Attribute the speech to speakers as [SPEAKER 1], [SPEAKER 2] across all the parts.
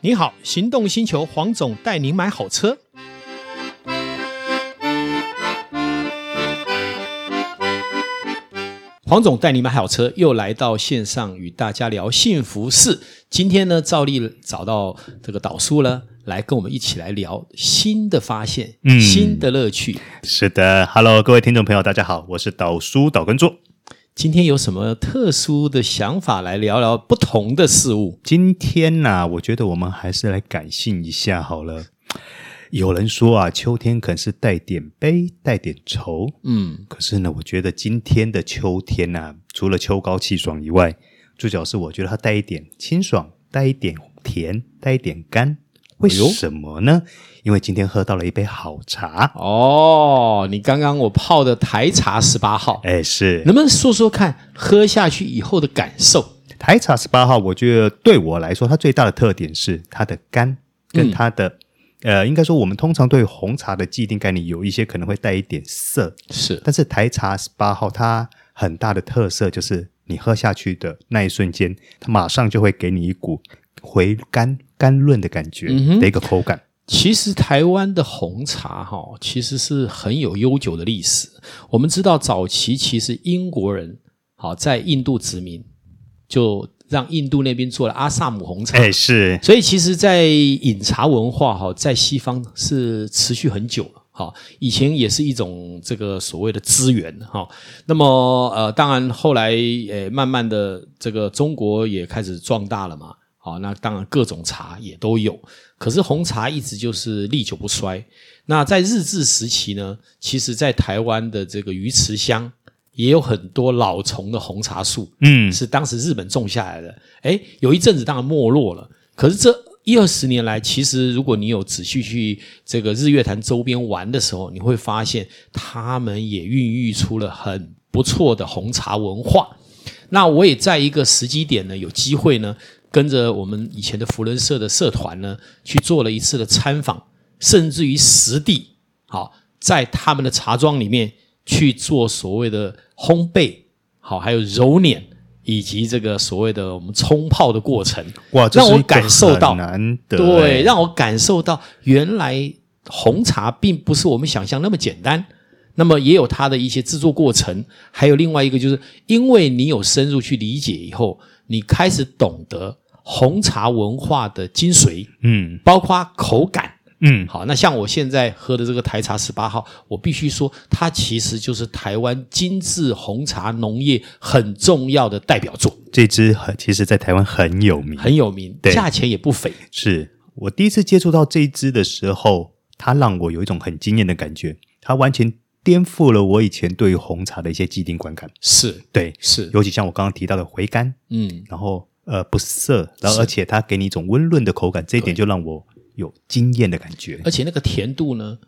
[SPEAKER 1] 你好，行动星球黄总带您买好车。黄总带你买好车，又来到线上与大家聊幸福事。今天呢，照例找到这个导叔呢，来跟我们一起来聊新的发现，
[SPEAKER 2] 嗯
[SPEAKER 1] 新的乐趣。
[SPEAKER 2] 是的，Hello，各位听众朋友，大家好，我是导叔导根座。
[SPEAKER 1] 今天有什么特殊的想法来聊聊不同的事物？
[SPEAKER 2] 今天呢、我觉得我们还是来感性一下好了。有人说啊，秋天可能是带点悲，带点愁。
[SPEAKER 1] 嗯，
[SPEAKER 2] 可是呢，我觉得今天的秋天呢、除了秋高气爽以外，最主要是我觉得它带一点清爽，带一点甜，带一点甘。为
[SPEAKER 1] 哎呦
[SPEAKER 2] 什么呢？因为今天喝到了一杯好茶。
[SPEAKER 1] 哦，你刚刚我泡的台茶十八号，
[SPEAKER 2] 哎，是
[SPEAKER 1] 能不能说说看喝下去以后的感受？
[SPEAKER 2] 台茶十八号，我觉得对我来说，它最大的特点是它的干
[SPEAKER 1] 嗯
[SPEAKER 2] 跟它的、呃，应该说我们通常对红茶的既定概念有一些可能会带一点涩，
[SPEAKER 1] 是
[SPEAKER 2] 但是台茶十八号它很大的特色就是你喝下去的那一瞬间，它马上就会给你一股回甘甘润的感觉
[SPEAKER 1] 嗯哼
[SPEAKER 2] 的一个口感。
[SPEAKER 1] 其实台湾的红茶哈、其实是很有悠久的历史。我们知道早期其实英国人好、在印度殖民，就让印度那边做了阿萨姆红茶。
[SPEAKER 2] 哎、是
[SPEAKER 1] 所以其实，在饮茶文化哈，在西方是持续很久了。哈，以前也是一种这个所谓的资源哈。那么呃，当然后来呃，慢慢的这个中国也开始壮大了嘛。好，那当然各种茶也都有，可是红茶一直就是历久不衰。那在日治时期呢，其实在台湾的这个鱼池乡也有很多老丛的红茶树。
[SPEAKER 2] 嗯
[SPEAKER 1] 是当时日本种下来的。哎，有一阵子当然没落了，可是这一二十年来，其实如果你有仔细去这个日月潭周边玩的时候，你会发现他们也孕育出了很不错的红茶文化。那我也在一个时机点呢，有机会呢，跟着我们以前的福伦社的社团呢，去做了一次的参访，甚至于实地，好，在他们的茶庄里面去做所谓的烘焙，好，还有揉捻，以及这个所谓的我们冲泡的过程，
[SPEAKER 2] 哇，这
[SPEAKER 1] 让
[SPEAKER 2] 是
[SPEAKER 1] 我
[SPEAKER 2] 一个
[SPEAKER 1] 感受到
[SPEAKER 2] 很难得
[SPEAKER 1] 对，
[SPEAKER 2] 哎
[SPEAKER 1] 让我感受到原来红茶并不是我们想象那么简单。那么也有它的一些制作过程，还有另外一个就是，因为你有深入去理解以后，你开始懂得红茶文化的精髓，
[SPEAKER 2] 嗯
[SPEAKER 1] 包括口感。
[SPEAKER 2] 嗯
[SPEAKER 1] 好，那像我现在喝的这个台茶十八号，我必须说，它其实就是台湾精致红茶农业很重要的代表作，
[SPEAKER 2] 这支很其实在台湾很有名，
[SPEAKER 1] 很有名，
[SPEAKER 2] 对
[SPEAKER 1] 价钱也不菲。
[SPEAKER 2] 是我第一次接触到这一支的时候，它让我有一种很惊艳的感觉，它完全颠覆了我以前对于红茶的一些既定观感。
[SPEAKER 1] 是
[SPEAKER 2] 对，
[SPEAKER 1] 是，
[SPEAKER 2] 尤其像我刚刚提到的回甘，
[SPEAKER 1] 嗯，
[SPEAKER 2] 然后呃不涩，然后
[SPEAKER 1] 是
[SPEAKER 2] 而且它给你一种温润的口感，这一点就让我有惊艳的感觉。
[SPEAKER 1] 而且那个甜度呢，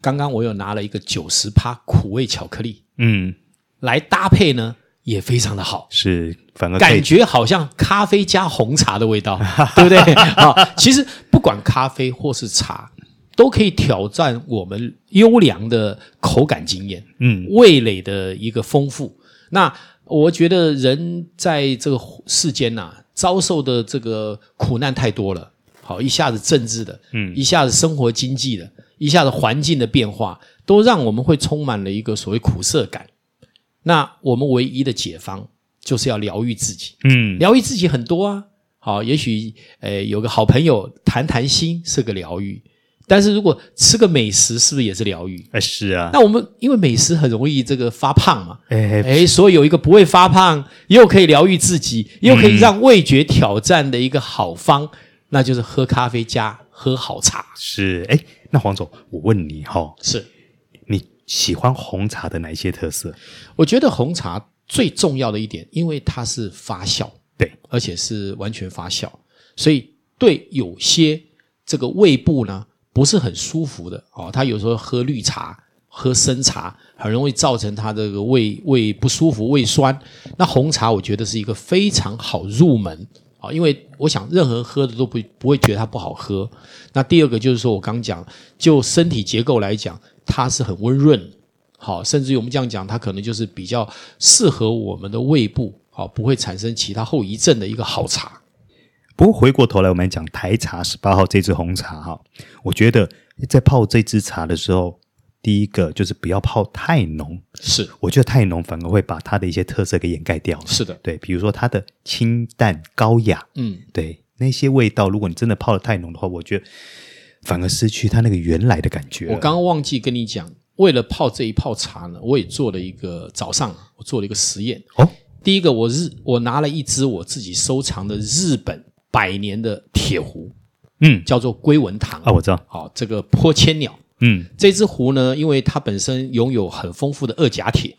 [SPEAKER 1] 刚刚我有拿了一个九十趴苦味巧克力
[SPEAKER 2] 嗯，
[SPEAKER 1] 来搭配呢，也非常的好。
[SPEAKER 2] 是，反而可以
[SPEAKER 1] 感觉好像咖啡加红茶的味道， 对不对？啊，其实不管咖啡或是茶，都可以挑战我们优良的口感经验，
[SPEAKER 2] 嗯
[SPEAKER 1] 味蕾的一个丰富。那我觉得人在这个世间呐、遭受的这个苦难太多了，好，一下子政治的，
[SPEAKER 2] 嗯
[SPEAKER 1] 一下子生活经济的，一下子环境的变化，都让我们会充满了一个所谓苦涩感。那我们唯一的解方就是要疗愈自己。
[SPEAKER 2] 嗯
[SPEAKER 1] 疗愈自己很多啊。好，也许呃有个好朋友谈谈心是个疗愈，但是如果吃个美食是不是也是疗愈？
[SPEAKER 2] 呃是啊，
[SPEAKER 1] 那我们因为美食很容易这个发胖嘛，
[SPEAKER 2] 哎
[SPEAKER 1] 哎，所以有一个不会发胖，又可以疗愈自己，又可以让味觉挑战的一个好方，那就是喝咖啡加喝好茶。
[SPEAKER 2] 是哎，那黄总，我问你哈、
[SPEAKER 1] 是，
[SPEAKER 2] 你喜欢红茶的哪一些特色？
[SPEAKER 1] 我觉得红茶最重要的一点，因为它是发酵，
[SPEAKER 2] 对，
[SPEAKER 1] 而且是完全发酵，所以对有些这个胃部呢不是很舒服的哦，他有时候喝绿茶、喝生茶，很容易造成他这个胃胃不舒服、胃酸。那红茶我觉得是一个非常好入门。啊，因为我想任何人喝的都不不会觉得它不好喝。那第二个就是说我刚讲，就身体结构来讲，它是很温润的，好，甚至于我们这样讲，它可能就是比较适合我们的胃部，好，不会产生其他后遗症的一个好茶。
[SPEAKER 2] 不不过回过头来，我们讲台茶十八号这支红茶哈，我觉得在泡这支茶的时候，第一个就是不要泡太浓，
[SPEAKER 1] 是
[SPEAKER 2] 我觉得太浓反而会把它的一些特色给掩盖掉了。
[SPEAKER 1] 是的，
[SPEAKER 2] 对，比如说它的清淡高雅，
[SPEAKER 1] 嗯，
[SPEAKER 2] 对那些味道，如果你真的泡的太浓的话，我觉得反而失去它那个原来的感觉了。
[SPEAKER 1] 我刚刚忘记跟你讲，为了泡这一泡茶呢，我也做了一个早上，我做了一个实验。
[SPEAKER 2] 哦，
[SPEAKER 1] 第一个，我日我拿了一支我自己收藏的日本百年的铁壶，
[SPEAKER 2] 嗯
[SPEAKER 1] 叫做龟纹堂
[SPEAKER 2] 啊，我知道，
[SPEAKER 1] 好，这个坡千鸟
[SPEAKER 2] 嗯
[SPEAKER 1] 这只壶呢，因为它本身拥有很丰富的二甲铁，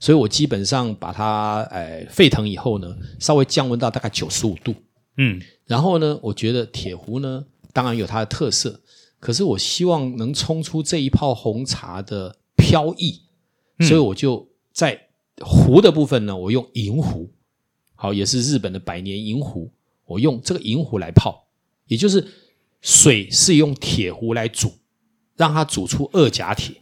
[SPEAKER 1] 所以我基本上把它呃沸腾以后呢，稍微降温到大概九十五度。
[SPEAKER 2] 嗯
[SPEAKER 1] 然后呢，我觉得铁壶呢，当然有它的特色，可是我希望能冲出这一泡红茶的飘逸，所以我就在壶的部分呢，我用银壶，好，也是日本的百年银壶，我用这个银壶来泡，也就是水是用铁壶来煮，让它煮出二甲铁。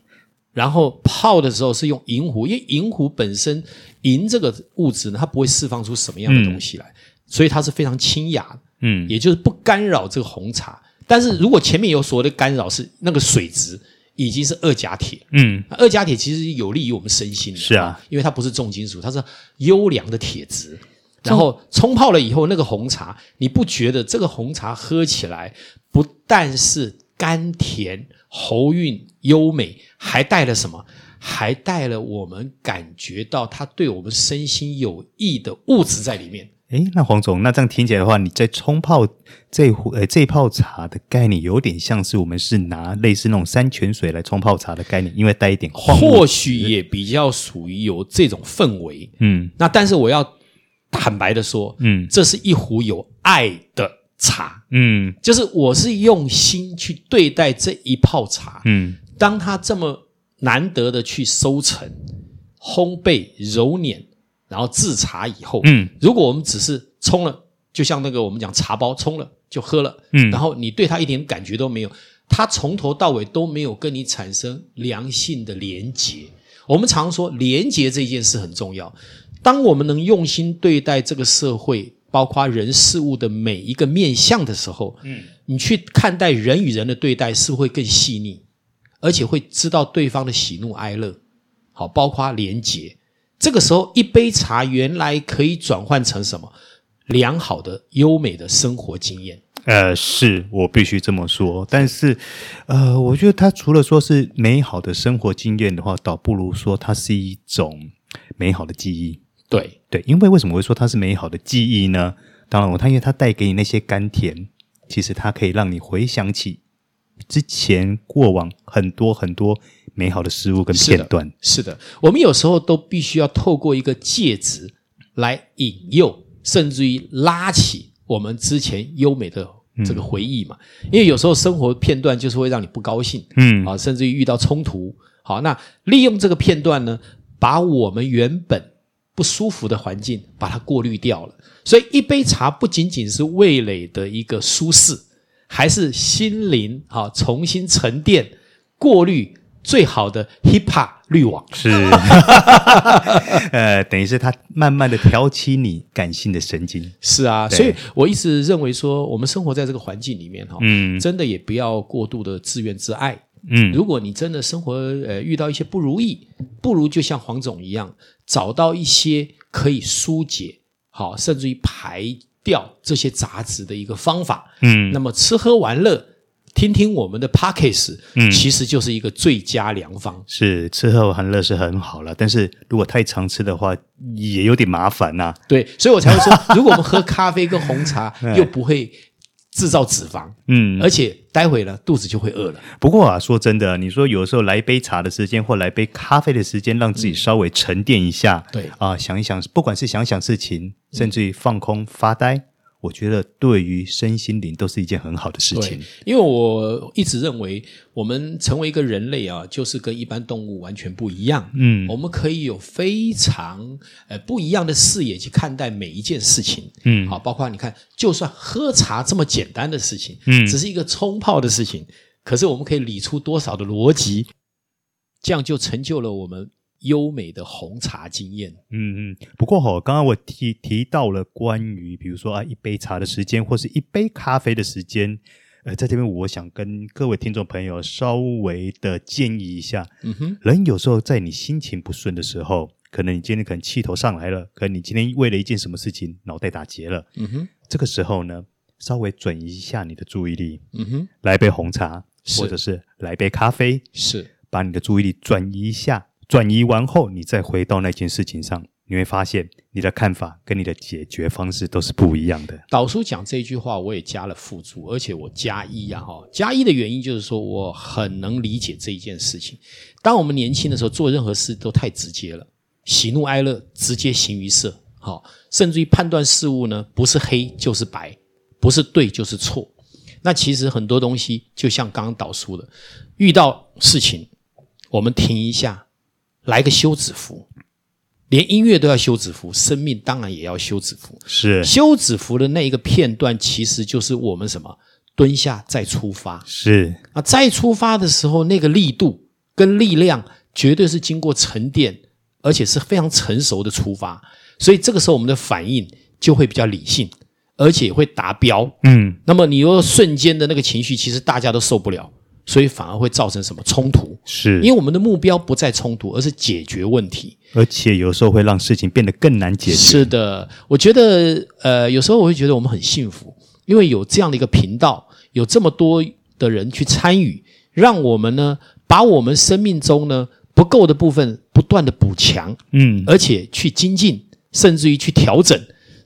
[SPEAKER 1] 然后泡的时候是用银壶，因为银壶本身银这个物质呢，它不会释放出什么样的东西来，所以它是非常清雅的。
[SPEAKER 2] 嗯，
[SPEAKER 1] 也就是不干扰这个红茶。但是如果前面有所谓的干扰，是那个水质已经是二甲铁，
[SPEAKER 2] 嗯
[SPEAKER 1] 那二甲铁其实有利于我们身心的，
[SPEAKER 2] 是啊，
[SPEAKER 1] 因为它不是重金属，它是优良的铁质。然后冲泡了以后，那个红茶，你不觉得这个红茶喝起来不但是甘甜、喉韵优美，还带了什么？还带了我们感觉到它对我们身心有益的物质在里面。
[SPEAKER 2] 诶，那黄总，那这样听起来的话，你在冲泡这壶呃这泡茶的概念，有点像是我们是拿类似那种山泉水来冲泡茶的概念，因为带一点矿物。
[SPEAKER 1] 或许也比较属于有这种氛围。
[SPEAKER 2] 嗯
[SPEAKER 1] 那但是我要坦白的说，
[SPEAKER 2] 嗯
[SPEAKER 1] 这是一壶有爱的茶，
[SPEAKER 2] 嗯
[SPEAKER 1] 就是我是用心去对待这一泡茶。
[SPEAKER 2] 嗯
[SPEAKER 1] 当它这么难得的去收成、烘焙、揉捻，然后制茶以后，
[SPEAKER 2] 嗯
[SPEAKER 1] 如果我们只是冲了，就像那个我们讲茶包冲了就喝了，
[SPEAKER 2] 嗯
[SPEAKER 1] 然后你对它一点感觉都没有，它从头到尾都没有跟你产生良性的连结。我们常说连结这件事很重要，当我们能用心对待这个社会，包括人事物的每一个面向的时候，嗯，你去看待人与人的对待是会更细腻，而且会知道对方的喜怒哀乐，好，包括连结。这个时候，一杯茶原来可以转换成什么？良好的、优美的生活经验。
[SPEAKER 2] 呃，是我必须这么说。但是，呃，我觉得它除了说是美好的生活经验的话，倒不如说它是一种美好的记忆。
[SPEAKER 1] 对，
[SPEAKER 2] 对，因为为什么会说它是美好的记忆呢？当然，我它因为它带给你那些甘甜，其实它可以让你回想起之前过往很多很多美好的事物跟
[SPEAKER 1] 是的
[SPEAKER 2] 片段。
[SPEAKER 1] 是的，我们有时候都必须要透过一个介质来引诱，甚至于拉起我们之前优美的这个回忆嘛。因为有时候生活片段就是会让你不高兴，
[SPEAKER 2] 嗯
[SPEAKER 1] 啊，甚至于遇到冲突。好，那利用这个片段呢，把我们原本不舒服的环境把它过滤掉了。所以，一杯茶不仅仅是味蕾的一个舒适，还是心灵啊重新沉淀、过滤最好的 HIPA 滤网。
[SPEAKER 2] 是， 呃，等于是它慢慢的挑起你感性的神经。
[SPEAKER 1] 是啊，
[SPEAKER 2] 对
[SPEAKER 1] 所以我一直认为说，我们生活在这个环境里面哈，
[SPEAKER 2] 嗯
[SPEAKER 1] 真的也不要过度的自怨自艾。
[SPEAKER 2] 嗯
[SPEAKER 1] 如果你真的生活呃遇到一些不如意，不如就像黄总一样，找到一些可以疏解，好，甚至于排掉这些杂质的一个方法。
[SPEAKER 2] 嗯，
[SPEAKER 1] 那么吃喝玩乐，听听我们的 p o c k e t
[SPEAKER 2] 嗯
[SPEAKER 1] 其实就是一个最佳良方。
[SPEAKER 2] 是吃喝玩乐是很好了，但是如果太常吃的话，也有点麻烦呐、
[SPEAKER 1] 对，所以我才会说，如果我们喝咖啡跟红 茶，又不会制造脂肪，
[SPEAKER 2] 哎嗯，
[SPEAKER 1] 而且待会呢肚子就会饿了。
[SPEAKER 2] 不过啊，说真的，你说有时候来一杯茶的时间，或来杯咖啡的时间，让自己稍微沉淀一下，
[SPEAKER 1] 对
[SPEAKER 2] 啊、想一想，不管是想想事情，甚至于放空发呆，我觉得对于身心灵都是一件很好的事
[SPEAKER 1] 对
[SPEAKER 2] 情。，
[SPEAKER 1] 因为我一直认为，我们成为一个人类啊，就是跟一般动物完全不一样。
[SPEAKER 2] 嗯
[SPEAKER 1] 我们可以有非常呃不一样的视野去看待每一件事情。
[SPEAKER 2] 嗯
[SPEAKER 1] 好，包括你看，就算喝茶这么简单的事情，
[SPEAKER 2] 嗯
[SPEAKER 1] 只是一个冲泡的事情，可是我们可以理出多少的逻辑，这样就成就了我们优美的红茶经验。
[SPEAKER 2] 嗯嗯，不过哈、刚刚我提提到了关于比如说啊一杯茶的时间或是一杯咖啡的时间，呃，在这边我想跟各位听众朋友稍微的建议一下，
[SPEAKER 1] 嗯哼，
[SPEAKER 2] 人有时候在你心情不顺的时候，可能你今天可能气头上来了，可能你今天为了一件什么事情脑袋打结了，
[SPEAKER 1] 嗯哼，
[SPEAKER 2] 这个时候呢，稍微转移一下你的注意力，
[SPEAKER 1] 嗯哼，
[SPEAKER 2] 来杯红茶，
[SPEAKER 1] 是
[SPEAKER 2] 或者是来杯咖啡，
[SPEAKER 1] 是，
[SPEAKER 2] 把你的注意力转移一下，转移完后，你再回到那件事情上，你会发现你的看法跟你的解决方式都是不一样的。
[SPEAKER 1] 导叔讲这句话，我也加了附注，而且我加一啊哈，加一的原因就是说我很能理解这一件事情。当我们年轻的时候，做任何事都太直接了，喜怒哀乐直接形于色，好、甚至于判断事物呢，不是黑就是白，不是对就是错。那其实很多东西，就像刚刚导叔的，遇到事情，我们停一下，来个休止符，连音乐都要休止符，生命当然也要休止符。
[SPEAKER 2] 是
[SPEAKER 1] 休止符的那一个片段，其实就是我们什么蹲下再出发
[SPEAKER 2] 是，
[SPEAKER 1] 啊，再出发的时候那个力度跟力量绝对是经过沉淀，而且是非常成熟的出发，所以这个时候我们的反应就会比较理性，而且会达标。
[SPEAKER 2] 嗯，
[SPEAKER 1] 那么你又瞬间的那个情绪，其实大家都受不了，所以反而会造成什么冲突？
[SPEAKER 2] 是
[SPEAKER 1] 因为，我们的目标不在冲突，而是解决问题。
[SPEAKER 2] 而且有时候会让事情变得更难解决。
[SPEAKER 1] 是的，我觉得呃，有时候我会觉得我们很幸福，因为有这样的一个频道，有这么多的人去参与，让我们呢把我们生命中呢不够的部分不断的补强，
[SPEAKER 2] 嗯，
[SPEAKER 1] 而且去精进，甚至于去调整。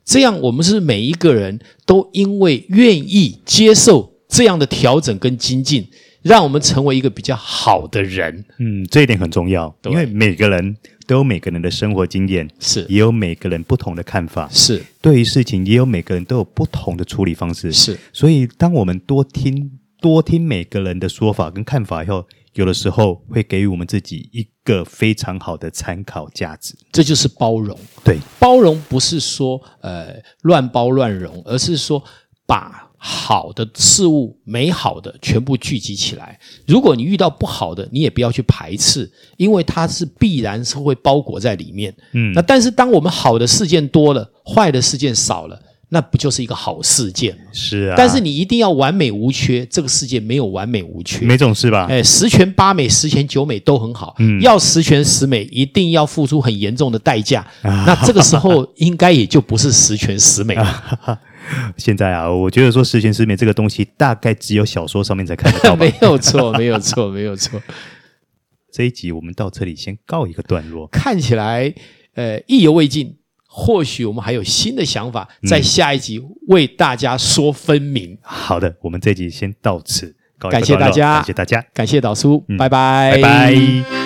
[SPEAKER 1] 这样，我们是每一个人都因为愿意接受这样的调整跟精进，让我们成为一个比较好的人。
[SPEAKER 2] 嗯，这一点很重要，
[SPEAKER 1] 对
[SPEAKER 2] 因为每个人都有每个人的生活经验，
[SPEAKER 1] 是
[SPEAKER 2] 也有每个人不同的看法，
[SPEAKER 1] 是
[SPEAKER 2] 对于事情也有每个人都有不同的处理方式。
[SPEAKER 1] 是，
[SPEAKER 2] 所以，当我们多听多听每个人的说法跟看法以后，有的时候会给予我们自己一个非常好的参考价值。
[SPEAKER 1] 这就是包容。
[SPEAKER 2] 对，
[SPEAKER 1] 包容不是说呃乱包乱容，而是说把好的事物、美好的全部聚集起来。如果你遇到不好的，你也不要去排斥，因为它是必然是会包裹在里面。
[SPEAKER 2] 嗯
[SPEAKER 1] 那但是当我们好的事件多了，坏的事件少了，那不就是一个好事件吗？
[SPEAKER 2] 是啊，
[SPEAKER 1] 但是你一定要完美无缺，这个世界没有完美无缺。
[SPEAKER 2] 没这种事吧？
[SPEAKER 1] 哎，十全八美、十全九美都很好，要十全十美，一定要付出很严重的代价。那这个时候应该也就不是十全十美了。
[SPEAKER 2] 现在啊，我觉得说十全十美这个东西，大概只有小说上面才看得到吧
[SPEAKER 1] 没。有错，没有错，没有错。
[SPEAKER 2] 这一集我们到这里先告一个段落。
[SPEAKER 1] 看起来呃意犹未尽，或许我们还有新的想法，在下一集为大家说分明。
[SPEAKER 2] 好的，我们这一集先到此告一个
[SPEAKER 1] 感谢
[SPEAKER 2] 段落
[SPEAKER 1] 大家哎
[SPEAKER 2] 感谢大家，
[SPEAKER 1] 嗯感谢导叔，拜拜，
[SPEAKER 2] 拜拜